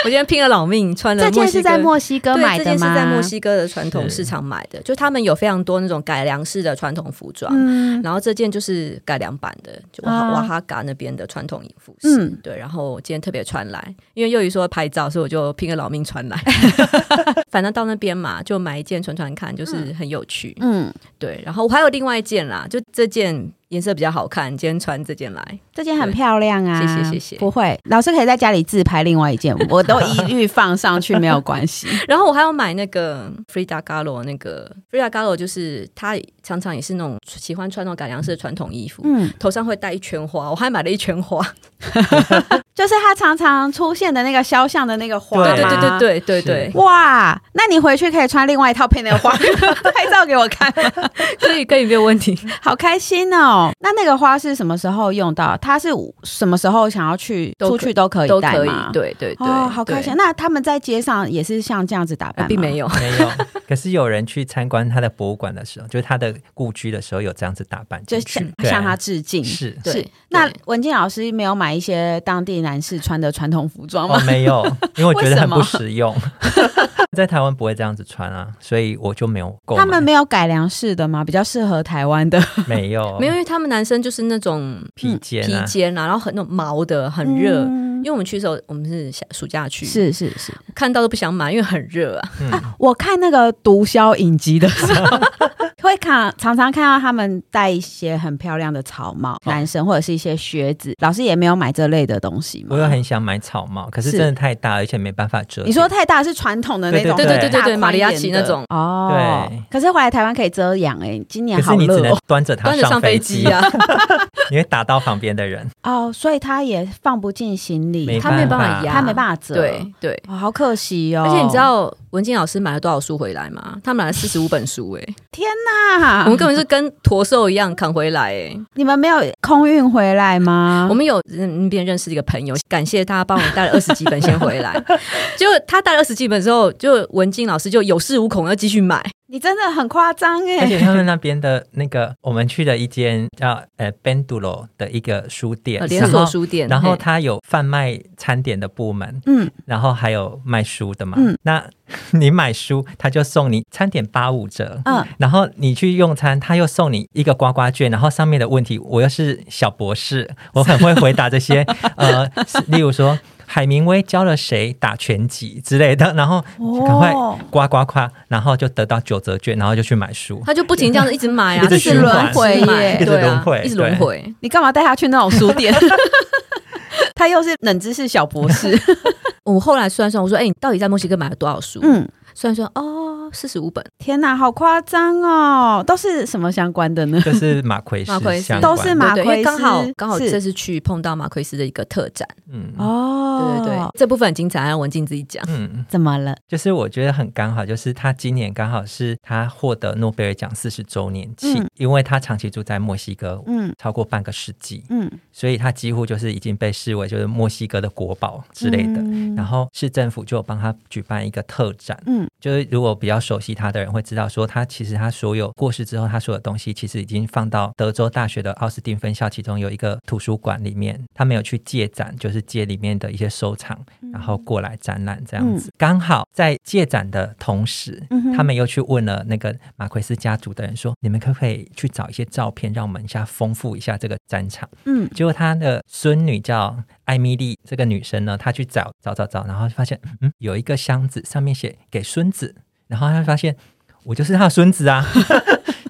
今天拼了老命穿了这墨件西是哥。在墨西哥对，买这的件是吗？在墨西哥的传统是市场买的，就他们有非常多那种改良式的传统服装，嗯然后这件就是改良版的，就瓦啊哈瓦哈嘎那边的传统服饰。嗯对，然后我今天特别穿来，因为幼鱼说拍照，所以我就拼个老 *laughs* 命穿来。 *laughs* 反正到那边嘛，就买一件穿穿看，就是很有趣。嗯，对，然后我还有另外一件啦，就这件颜色比较好看，今天穿这件来。 *laughs* 这件很漂亮啊！对谢谢谢谢不会，老师可以在家里自拍另外一件，我都一律放上去，没有关 *laughs* 系。然后我还要买那个 Frida Kahlo，那个 Frida Kahlo 就是她常常也是那种喜欢穿那种改良式的传统衣服。嗯，头上会戴一圈花，我还买了一圈花。就是他常常出现的那个肖像的那个花吗，对对对对对对对是哇，那你回去可以穿另外一套配那个花， *laughs* 拍照给我看。可以可以没有问题。好开心哦！那那个花是什么时候用到？它是什么时候想要去都出可去都可以都带可以吗？，对对对，哦，好开心！对。那他们在街上也是像这样子打扮、呃并没。有，没有，可是有人去参观他的博物馆的时候，就是他的故居的时候，有这样子打扮就进去，向对啊向他致敬，是对是对。那文静老师没有买一些当地男士穿的传统服装哦吗？，没有，因为我觉为得什很么不 *laughs* 实用，在台湾不会这样子穿啊，所以我就没有购买。他们没有改良式的吗？比较适合台湾的。 *laughs* *laughs* 没有没有，因为他们男生就是那种披肩披啊，肩啊，然后很那种毛的，很热。嗯因为我们去的时候，我们是夏暑假去，是是是，看到都不想买，因为很热啊。嗯， *laughs* 我看那个毒枭影集的时候， *laughs* 会看常常看到他们戴一些很漂亮的草帽，哦男生或者是一些靴子。老师也没有买这类的东西我又吗？很想买草帽，可是是真的太大，而且没办法遮。你说。太大是传统的那种，对对对对对大宽一对，点的马里亚奇那种，哦。对可是回来台湾可以遮阳哎、今可年好是你只热能哦端着它端着上飞飞机，啊， *laughs* 你会打到旁边的人。哦，所以他也放不进行李，没哦他他没办办法法压，他没办法折，对对。哦，好可惜哦。而且你知道文静老师买了多少书回来吗？他买了四十五本书，哎，啊我们根本是跟驼兽一样扛回来，哎。你们没有空运回来吗？我们有嗯那边认识一个朋友，感谢他帮我们带了二十几本先回 *laughs* 来。结果他带了二十几本之后，就文静老师就有恃无恐要继续买，你真的很夸张哎 *laughs* 而。且他们那边的那个，我们去的一间叫呃 Bendulo 的一个书店呃，连然锁后书店，然后嘿它有贩卖餐点的部门，嗯，然后还有卖书的嘛。嗯那 *laughs* 你买书，他就送你餐点八五折。啊嗯然后你去用餐，他又送你一个刮刮券，然后上面 *laughs* *laughs* 的问题，我又是小博士，我很会回答这些呃，是例如说。海明威教了谁打拳击之类的，然后哦赶快刮刮刮，然后就得到九折券，然后就去买书。他就不停这样子一直买啊， *laughs* 一直一直循环轮回耶，一直对啊轮回一直轮对回。你干嘛带他去那种书 *laughs* 店？他又是冷知识小博士，我后来算算，我说：“哎、你到底在墨西哥买了多少书？”嗯，算算哦，四十五本。天哪，好夸张哦！都是什么相关的 *laughs* 呢？就是马奎斯马奎斯相都关，是马对对因奎为斯，刚好刚好是这次去碰到马奎斯的一个特展，嗯哦，对对对，这部分很精彩，让文静自己讲。嗯，怎么了？就是我觉得很刚好，就是他今年刚好是他获得诺贝尔奖四十周年庆，嗯因为他长期住在墨西哥嗯超过半个世纪，嗯所以他几乎就是已经被视为就是墨西哥的国宝之类的。嗯然后市政府就有帮他举办一个特展，嗯就是如果比较熟悉他的人会知道，说他其实他所有过世之后，他所有东西其实已经放到德州大学的奥斯汀分校，其中有一个图书馆里面，他没有去借展，就是借里面的一些收藏，然后过来展览这样子。刚好在借展的同时。嗯哼他们又去问了那个马奎斯家族的人说：“你们可不可以去找一些照片，让我们一下丰富一下这个展场？”嗯结果他的孙女叫艾米丽，这个女生呢，她去找找找找，然后发现嗯，有一个箱子上面写给孙子，然后她发现我就是她的孙子啊，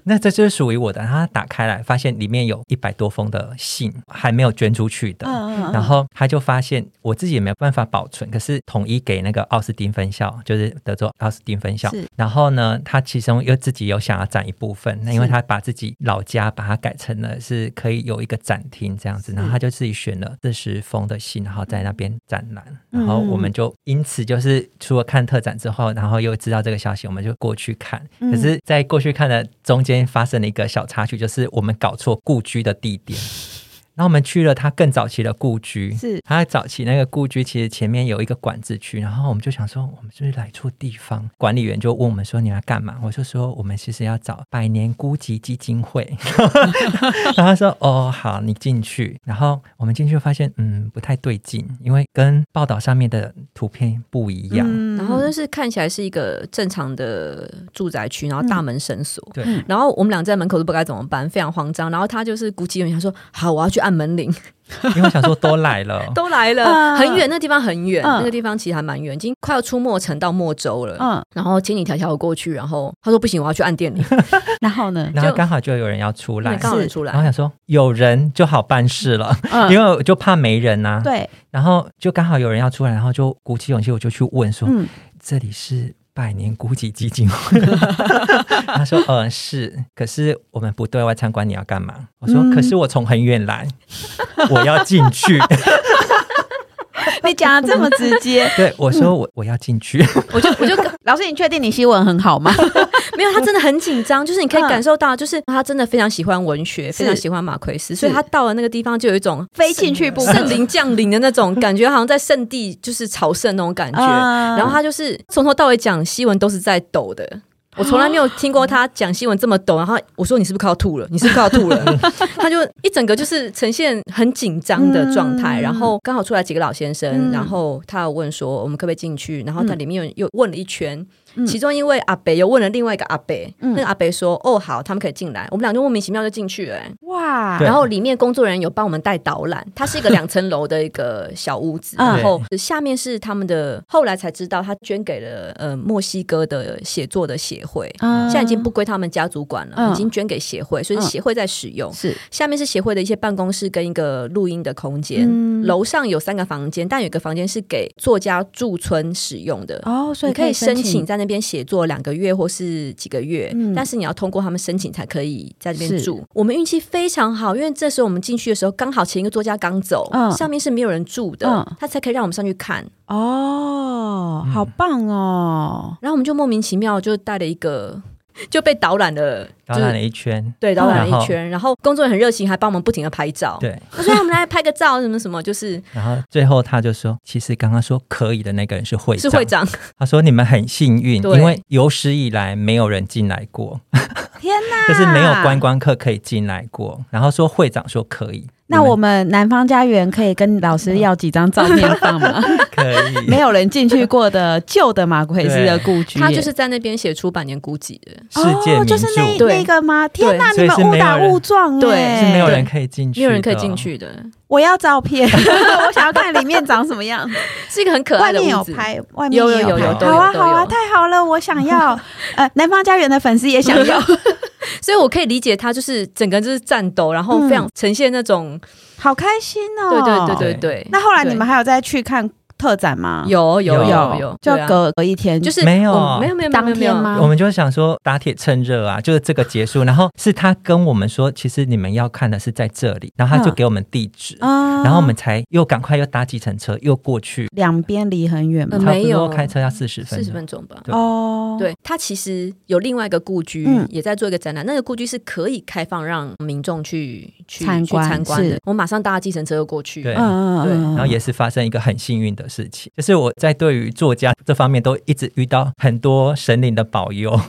那这就是属于我的。然后她打开来，发现里面有一百多封的信，还没有捐出去的。嗯嗯然后她就发现我自己也没有办法保存，可是统一给那个奥斯汀分校，就是德州奥斯汀分校是。然后呢，她其中又自己有想要展一部分，那因为她把自己老家把它改成了是可以有一个展厅这样子，然后她就自己选了四十封的信，然后在那边展览。然后我们就因此就是除了看特展之后，然后又知道这个消息，我们就过去看。嗯可是，在过去看的中间发生了一个小插曲，就是我们搞错故居的地点。然后我们去了他更早期的故居，是他早期那个故居，其实前面有一个管制区，然后我们就想说，我们是不是来错地方？管理员就问我们说，你们要干嘛？我就说，我们其实要找百年孤寂基金会。 *laughs* 然后他说，哦，好，你进去。然后我们进去发现，嗯，不太对劲，因为跟报道上面的图片不一样。嗯然后就是看起来是一个正常的住宅区，然后嗯大门深锁。对，然后我们俩在门口都不知道该怎么办，非常慌张。然后他就是鼓起勇气，他说：“好，我要去按门铃。，因为我想说都来了 *laughs* 都来了，嗯很远，那地方很远，嗯那个地方其实还蛮远，已经快要出墨城到墨州呃了。嗯，然后千里迢迢地过去，然后他说不行，我要去按电铃，然后呢？然后刚好就有人要出来对，，刚好是人出然后来，想说有人就好办事了， *laughs* 因嗯，为我就怕没人啊呐、对，然后就刚好有人要出来，然后就鼓起勇气，我就去问说：“嗯这里是百年孤寂基金会。” *laughs* 他说：“嗯、是。可是我们不对外参观，你要干嘛？”我说：“嗯可是我从很远来，我要进去。，你讲的这么直接对，我说我我要进去。 *laughs* *laughs* 我就我就老师，你确定你西文很好 *laughs* 吗？没有，他真的很紧张，就是你可以嗯感受到，就是他真的非常喜欢文学，是非常喜欢马奎斯，所以他到了那个地方就有一种非进去不可圣灵降临的那种感觉，好像在圣地就是朝圣那种感觉。嗯然后他就是从头到尾讲西文都是在抖的。我从来没有哦听过他讲西文这么抖，然后我说你是不是快要吐了？你是不是快要吐 *laughs* 了？他就一整个就是呈现很紧张的状态，嗯然后刚好出来几个老先生，嗯然后他有问说我们可不可以进去，然后他嗯里面又又问了一圈，嗯其中一位阿北又问了另外一个阿北，嗯那个阿北说哦好，他们可以进来，我们俩就莫名其妙就进去了、欸哇，对然后里面工作人员有帮我们带导览，它是一个两层楼的一个小屋子， *laughs* 嗯然后下面是他们的，后来才知道他捐给了呃墨西哥的写作的协会，嗯现在已经不归他们家族管了，嗯已经捐给协会，所以是协会在使用。是下面是协会的一些办公室跟一个录音的空间，嗯楼上有三个房间，但有一个房间是给作家驻村使用的。哦，所以你可以申请请在那边写作两个月或是几个月，嗯但是你要通过他们申请才可以在那边是住。我们运气非常好，因为这时候我们进去的时候，刚好前一个作家刚走，嗯上面是没有人住的，嗯他才可以让我们上去看。哦，好棒哦，然后我们就莫名其妙就带了一个。就被导览了，导览了一圈，对，导览然了后一圈，然后工作人员很热情，还帮我们不停的拍照。对，他说：“哎我们来拍个照，什么什么，就是然后最后他就说，其实刚刚说可以的那个人是会是长，会长。他说你们很幸运，对因为有史以来没有人进来过。天哪， *laughs* 就是没有观光客可以进来过。然后说会长说可以，那我们南方家园可以跟老师要几张照片放吗？可以， *laughs* 没有人进去过的旧的马奎斯的故居耶，他就是在那边写出百年孤寂的，世界哦，名就著，是那对那个吗？天哪，你所以们是误没有打人误撞对哎，是没有人对可以进去，没有人可以进。去的，我要照片， *laughs* 我想要看里面长什么 *laughs* 样。是一个很可爱外的面屋有子。拍，外面有也有有有拍有都有好啊都好啊，有太好了，我想 *laughs* 要。呃，南方家园的粉丝也想 *laughs* 要，所以我可以理解他就是整个就是战斗，然后非常呈现那种，好开心哦。对对对对对。那后来你们对还有再去看特展吗？有有有有有，就对啊隔隔一天，就是哦没有我没有没有没有没当有没有天吗我们就想说打铁趁热啊，就是这个结束，然后是他跟我们说，其实你们要看的是在这里，然后他就嗯给我们地址，啊然后我们才又赶快又搭计程车又过去，两边离很远呃吗？差没不有多开车要四十分钟，四十分钟吧。对哦，对，它其实有另外一个故居，嗯也在做一个展览。那个故居是可以开放让民众去去参观去参观的是。我马上搭计程车就过去。对嗯，嗯对嗯嗯，然后也是发生一个很幸运的事情，就是我在对于作家这方面都一直遇到很多神灵的保佑， *laughs*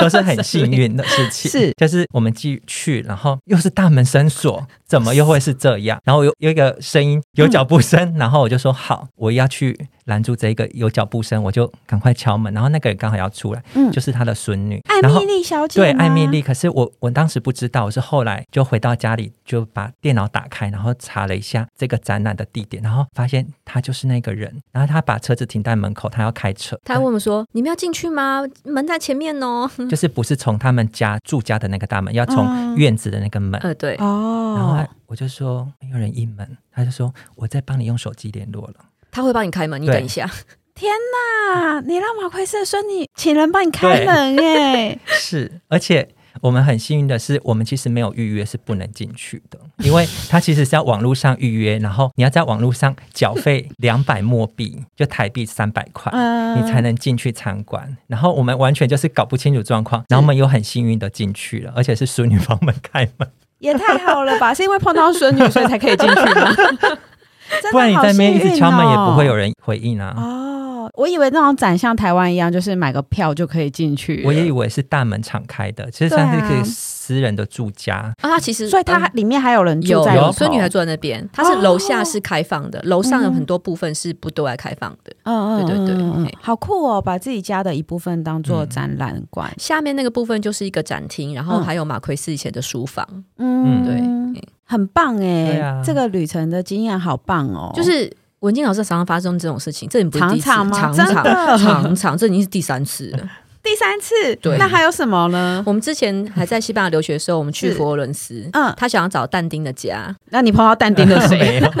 都是很幸运的事情。是 *laughs* 就是我们进去，然后又是大门深锁，怎么又会是这样？然后有有一个声音，有脚步声，然后我就说好，我要去拦住这一个有脚步声，我就赶快敲门。然后那个人刚好要出来，嗯就是他的孙女，艾然后米丽小姐对，吗艾米，丽。可是我我当时不知道，我是后来就回到家里，就把电脑打开，然后查了一下这个展览的地点，然后发现他就是那个人。然后他把车子停在门口，他要开车，他问我们说：“你们要进去吗？门在前面哦。就是不是从他们家住家的那个大门，要嗯从院子的那个门”。呃，对，然后哦他，我就说没有人应门，他就说我在帮你用手机联络了。他会帮你开门，你对等一哦下。啊，你让马奎斯的孙女请人帮你开对门 *laughs* 耶，是，而且我们很幸运的是，我们其实没有预约是不能进去的，因为它其实是要网络上预约，然后你要在网络上缴 *laughs* 费两百墨币，就台币三百块。嗯你才能进去参观，然后我们完全就是搞不清楚状况，然后我们又很幸运的进去了，而且是淑女帮我们开门，也太好了 *laughs* 吧？是因为碰到孙女所以才可以进去吗？真的不然你在那边一好幸运直哦敲门也不会有人回应啊。哦。我以为那种展像台湾一样，就是买个票就可以进去。我也以为是大门敞开的，其实对算是啊可以私人的住家，啊，他其实所以它嗯还里面还有人住有在哦里有头孙女还坐在那边，它是楼下是开放的，楼嗯上有很多部分是不对外开放的。嗯嗯对对对嗯嗯嗯嘿好酷哦！把自己家的一部分当做展览馆，下面那个部分就是一个展厅，然后嗯还有马奎斯以前的书房，嗯，对，很棒哎、对啊这个旅程的经验好棒哦，嗯就是文静老师常常发生这种事情，这你不是第一次，常常吗常常真的常常这已经是第三次了。第三次，对那还有什么呢？我们之前还在西班牙留学的时候，我们去是佛罗伦斯，嗯，他想要找但丁的家， *laughs* 那你碰到但丁的 *laughs* 谁？没有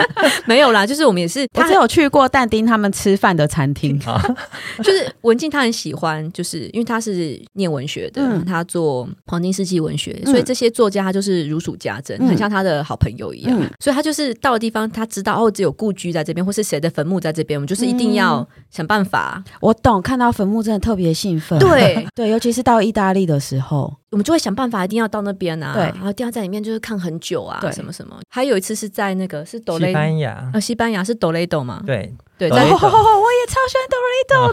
没有啦，就是我们也是我他只有去过但丁他们吃饭的餐 *laughs* 厅， *laughs* 就是文静，她很喜欢，就是因为她是念文学的，嗯她做黄金世纪文学，嗯所以这些作家她就是如数家珍，嗯很像她的好朋友一样。嗯所以她就是到了地方，她知道哦，只有故居在这边，或是谁的坟墓在这边，我们嗯就是一定要想办 *laughs* 法。我懂，看到坟墓真的特别兴奋，对，对，尤其是到意大利的时候，我们就会想办法，一定要到那边啊，对然后一定要在里面就是看很久啊对，什么什么。还有一次是在那个是斗西雷。班牙，嗯呃，西班牙是 Toledo 嘛？对，哦对，斗哦，雷在斗我也超喜欢哆 *laughs*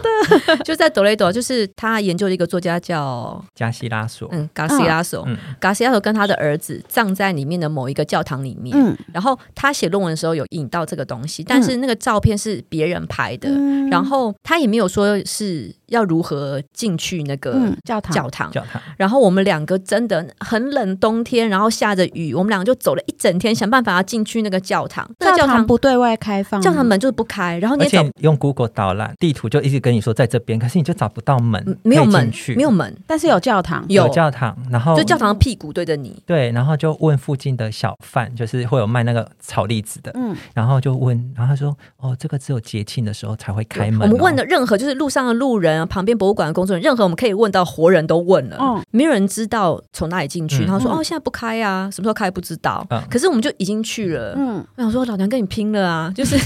就在 Toledo，就是他研究了一个作家叫加西拉索，嗯 Garcilaso，、嗯 Garcilaso 跟他的儿子葬在里面的某一个教堂里面。嗯然后他写论文的时候有引到这个东西，但是那个照片是别人拍的，嗯然后他也没有说是要如何进去那个嗯教堂教堂。教堂，然后我们两个真的很冷，冬天，然后下着雨，我们两个就走了一整天，想办法要进去那个教堂。那教个教堂堂不对外开放，教堂门就是不开，然后而你也找且用 Google 导览地图就一直跟你说在这边，可是你就找不到门嗯，没有可以进门去，没有门，但是有教堂，有教堂，然后就教堂的屁股对着你。对，然后就问附近的小贩，就是会有卖那个炒栗子的，嗯，然后就问，然后他说哦，这个只有节庆的时候才会开门、哦我们问，的任何就是路上的路人啊，旁边博物馆的工作人员，任何我们可以问到活人都问了，嗯没有人知道从哪里进去。嗯然后说、嗯哦，现在不开啊，什么时候开不知道。嗯可是我们就已经去了。嗯，我想说，老娘跟你拼 *laughs* 了啊！就是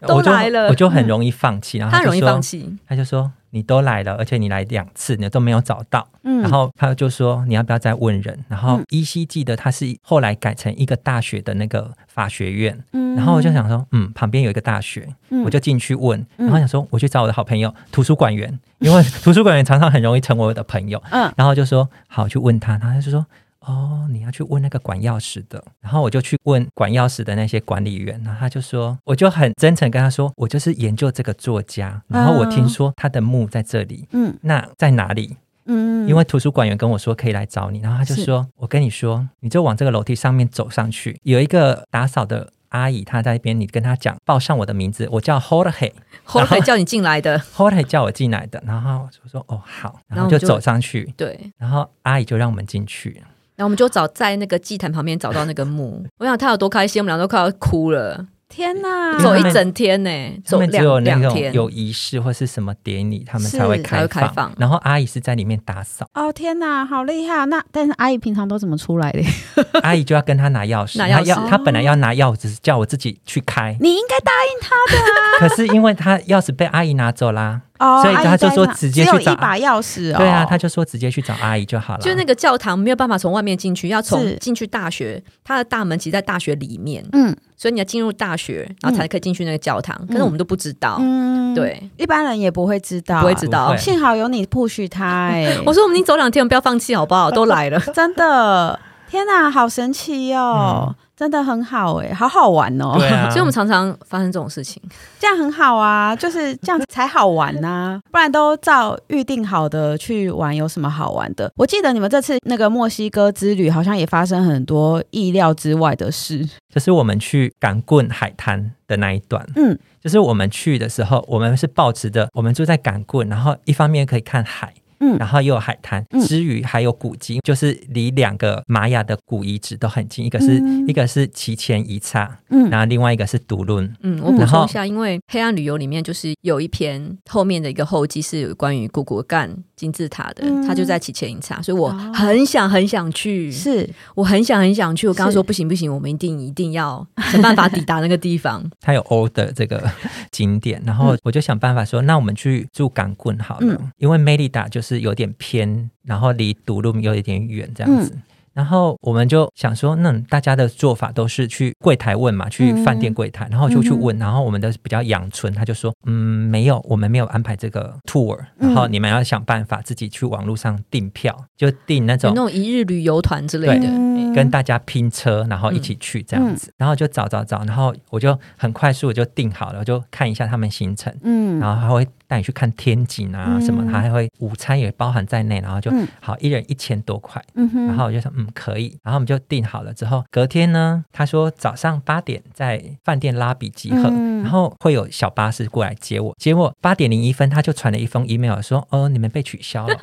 都我就来了我就很容易放弃，然后他很就容易说放，弃，啊他就说你都来了，而且你来两次你都没有找到，嗯然后他就说你要不要再问人？然后嗯依稀记得他是后来改成一个大学的那个法学院，嗯然后我就想说，嗯，旁边有一个大学，嗯我就进去问，嗯然后想说我去找我的好朋友图书馆 *laughs* 员，因为图书馆员常常很容易成为我的朋友，嗯然后就说好去问他，然后他就说哦，你要去问那个管钥匙的。然后我就去问管钥匙的那些管理员，然后他就说，我就很真诚跟他说，我就是研究这个作家，然后我听说他的墓在这里，嗯那在哪里？嗯，因为图书馆员跟我说可以来找你，然后他就说：“我跟你说，你就往这个楼梯上面走上去，有一个打扫的阿姨，她在那边，你跟她讲，报上我的名字，我叫 Jorge，Jorge 后来叫你进 *laughs* 来的，叫我进来的。”然后我就说：“哦，好。”然然后后我们就就走上去，对。然后阿姨就让我们进去。然后我们就找在那个祭坛旁边找到那个墓，我想他有多开心，我们俩都快要哭了，天哪，走一他们整天呢、他走们只有两那两种天，有仪式或是什么典礼，他们是才会才开会放。开放然后阿姨是在里面打 *laughs* 扫，哦天哪，好厉害！那但是阿姨平常都怎么出来的？ *laughs* 阿姨就要跟她拿钥匙，拿钥匙她要她本来要拿钥匙，叫我自己去开，你应该答应他可是因为她钥匙被阿姨拿走啦。哦，所以阿姨他就答应说直接去只有找一把钥匙哦。对啊，他就说直接去找阿姨就好了。就那个教堂没有办法从外面进去，要是从进去大学，它的大门其实在大学里面，嗯所以你要进入大学，然后才可以进去那个教堂。可是我们都不知道，嗯，，对，一般人也不会知嗯道啊，不会知道哦不。会幸好有你 push *laughs* 他哎、我说我们已经走两天，我们不要放弃好不好？都来了，真的，天哪，好神奇哦，真的很好哎、好好玩哦，嗯对 *laughs* 啊， *laughs* 所以我们常常发生这种事情。这样很好啊，就是这样才好玩呐、不然都照预定好的去玩，有什么好玩的？我记得你们这次那个墨西哥之旅，好像也发生很多意料之外的事，就是我们去港棍海滩的那一段，嗯，就是我们去的时候，我们是抱持着我们住在港棍，然后一方面可以看海。嗯然后又有海滩嗯，之余还有古迹，就是离两个玛雅的古遗址都很近，一个是、嗯一个是奇前遗刹，嗯然后另外一个是独论，嗯，我补然充后一下，因为《黑暗旅游》里面就是有一篇后面的一个后记是有关于古果干金字塔的嗯，它就在祈前营茶，所以我哦很想很想去，是我很想很想去。我刚刚是说不行不行，我们一定一定要想办法抵达那个 *laughs* 地方。它有 order 这个景点，然后我就想办法说，那我们去住港棍好了，因为 Merida 就是有点偏，然后离独路有一点远这样子。然后我们就想说，那大家的做法都是去柜台问嘛，去饭店柜台，然后就去问，然后我们的比较养春，他就说，嗯，没有，我们没有安排这个 tour，然后你们要想办法自己去网络上订票，就订那有种那种一日旅游团之类的对，嗯跟大家拼车，然后一起去这样子，然后就找找找，然后我就很快速我就定好了，我就看一下他们行程，嗯然后他会带你去看天井啊什么，嗯他还会午餐也包含在内，然后就、嗯好一人一千多块，嗯哼然后我就说嗯可以，然后我们就定好了之后，隔天呢，他说早上八点在饭店拉比集合，嗯然后会有小巴士过来接我，结果八点零一分他就传了一封 email 说哦你们被取消了，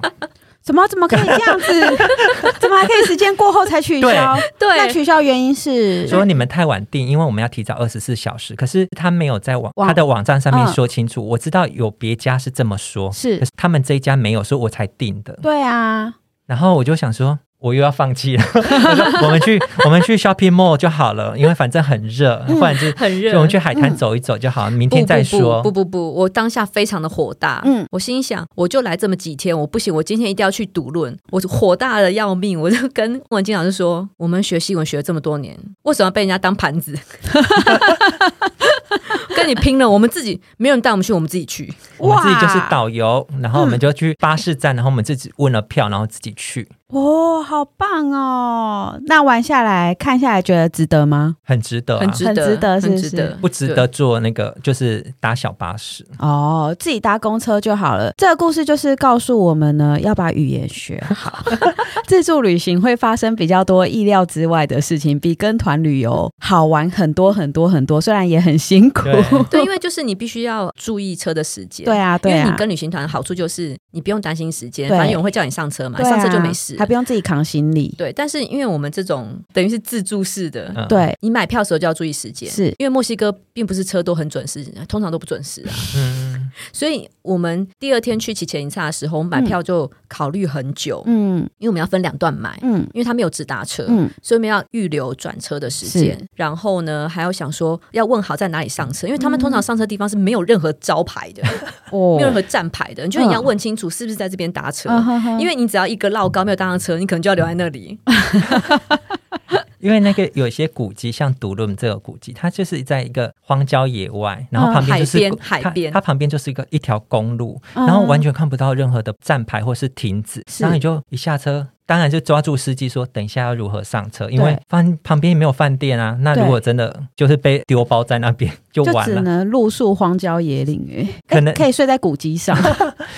怎么怎么可以这样 *laughs* 子？怎么还可以时间过后才取消？对那取消原因是说你们太晚订，因为我们要提早二十四小时。可是他没有在网网他的网站上面嗯说清楚，我知道有别家是这么说，是可是他们这一家没有，所以我才订的。对啊，然后我就想说。我又要放弃了，我说我们去我们去 shopping mall 就好了，因为反正很热，嗯或者是很就热。我们去海滩走一走就好，明天再说。不不不不不，我当下非常的火大，嗯嗯，我心想，我就来这么几天，我不行，我今天一定要去读论，我火大的要命，我就跟文静老师说，我们学西文学了这么多年，为什么要被人家当 *laughs* 盘子？跟你拼了，我们自己没有人带我们去，我们自己去。我们自己就是哇导游，然后我们就去巴士站，然后我们自己问了票，然后自己去，哦，好棒哦！那玩下来看下来，觉得值得吗？很值得、啊，很值很得，值得是很不值是得，不值得坐那个就是搭小巴士。哦，自己搭公车就好了。这个故事就是告诉我们呢，要把语言学好。 *laughs* 自助旅行会发生比较多意料之外的事情，比跟团旅游好玩很多很多很多，虽然也很辛苦。对对，因为就是你必须要注意车的时 *laughs* 间，对啊，对因为啊你，跟旅行团的好处就是你不用担心时间，对反正有人会叫你上车嘛，对啊上车就没事还。不用自己扛行李。对，但是因为我们这种等于是自助式的，嗯对，你买票的时候就要注意时间，是因为墨西哥并不是车都很准时，通常都不准时啊。嗯。 *laughs* 所以我们第二天去骑前一刹的时候，我们买票就考虑很久，嗯因为我们要分两段买。嗯因为他没有直达车，嗯所以我们要预留转车的时间是。然后呢，还要想说要问好在哪里上车，因为他们通常上车地方是没有任何招牌的，嗯哦 *laughs* 没有任何站牌的，你就你要嗯问清楚是不是在这边搭车。嗯哼哼因为你只要一个绕高没有搭上车，你可能就要留在那里。因为那个有些古迹，像独论这个古迹，它就是在一个荒郊野外，然后旁边就是、嗯海边海边它它旁边就是一个一条公路，嗯然后完全看不到任何的站牌或是停止，是然后你就一下车。当然就抓住司机说，等一下要如何上车，因为对饭旁边没有饭店啊。那如果真的就是被丢包在那边，就就完只了，能露宿荒郊野岭哎，可能可以睡在古迹上。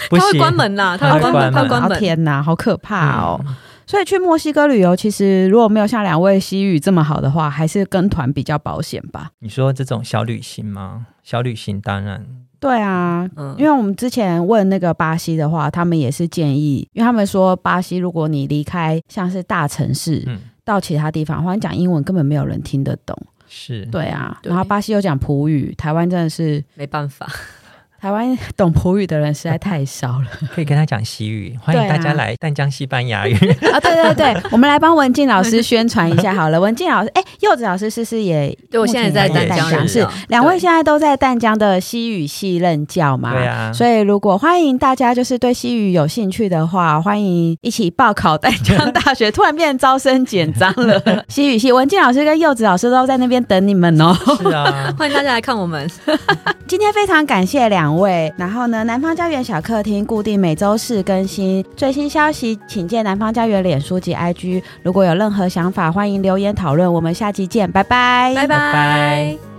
不他会行。关门啦，他会它关会门，他会关关啊门。天哪，好可怕哦！嗯所以去墨西哥旅游，其实如果没有像两位西语这么好的话，还是跟团比较保险吧。你说这种小旅行吗？小旅行当然对啊。嗯因为我们之前问那个巴西的话，他们也是建议，因为他们说巴西，如果你离开像是大城市、嗯到其他地方的话，你讲英文根本没有人听得懂。是对啊，对然后巴西又讲葡语，台湾真的是没办法，台湾懂葡语的人实在太少了可以跟他讲西语，欢对迎啊大家来淡江西班牙语。啊！对对对，我们来帮文静老 *laughs* 师宣传一下好了。文静老师，哎、柚子老师是不是也对我目前现在也在淡淡江江任是教两位对，现在都在淡江的西语系任教嘛？ *laughs* 对啊，所以，如果欢迎大家就是对西语有兴趣的话，欢迎一起报考淡江大学。 *laughs* 突然变招生简章了， *laughs* 西语系文静老师跟柚子老师都在那边等你们哦。是啊欢迎大家来看我们，今天非常感谢两位。然后呢，南方家园小客厅固定每周四更新最新消息，请见南方家园脸书及 *laughs* IG。如果有任何想法，欢迎留言讨论。我们下期见，拜拜，拜拜拜。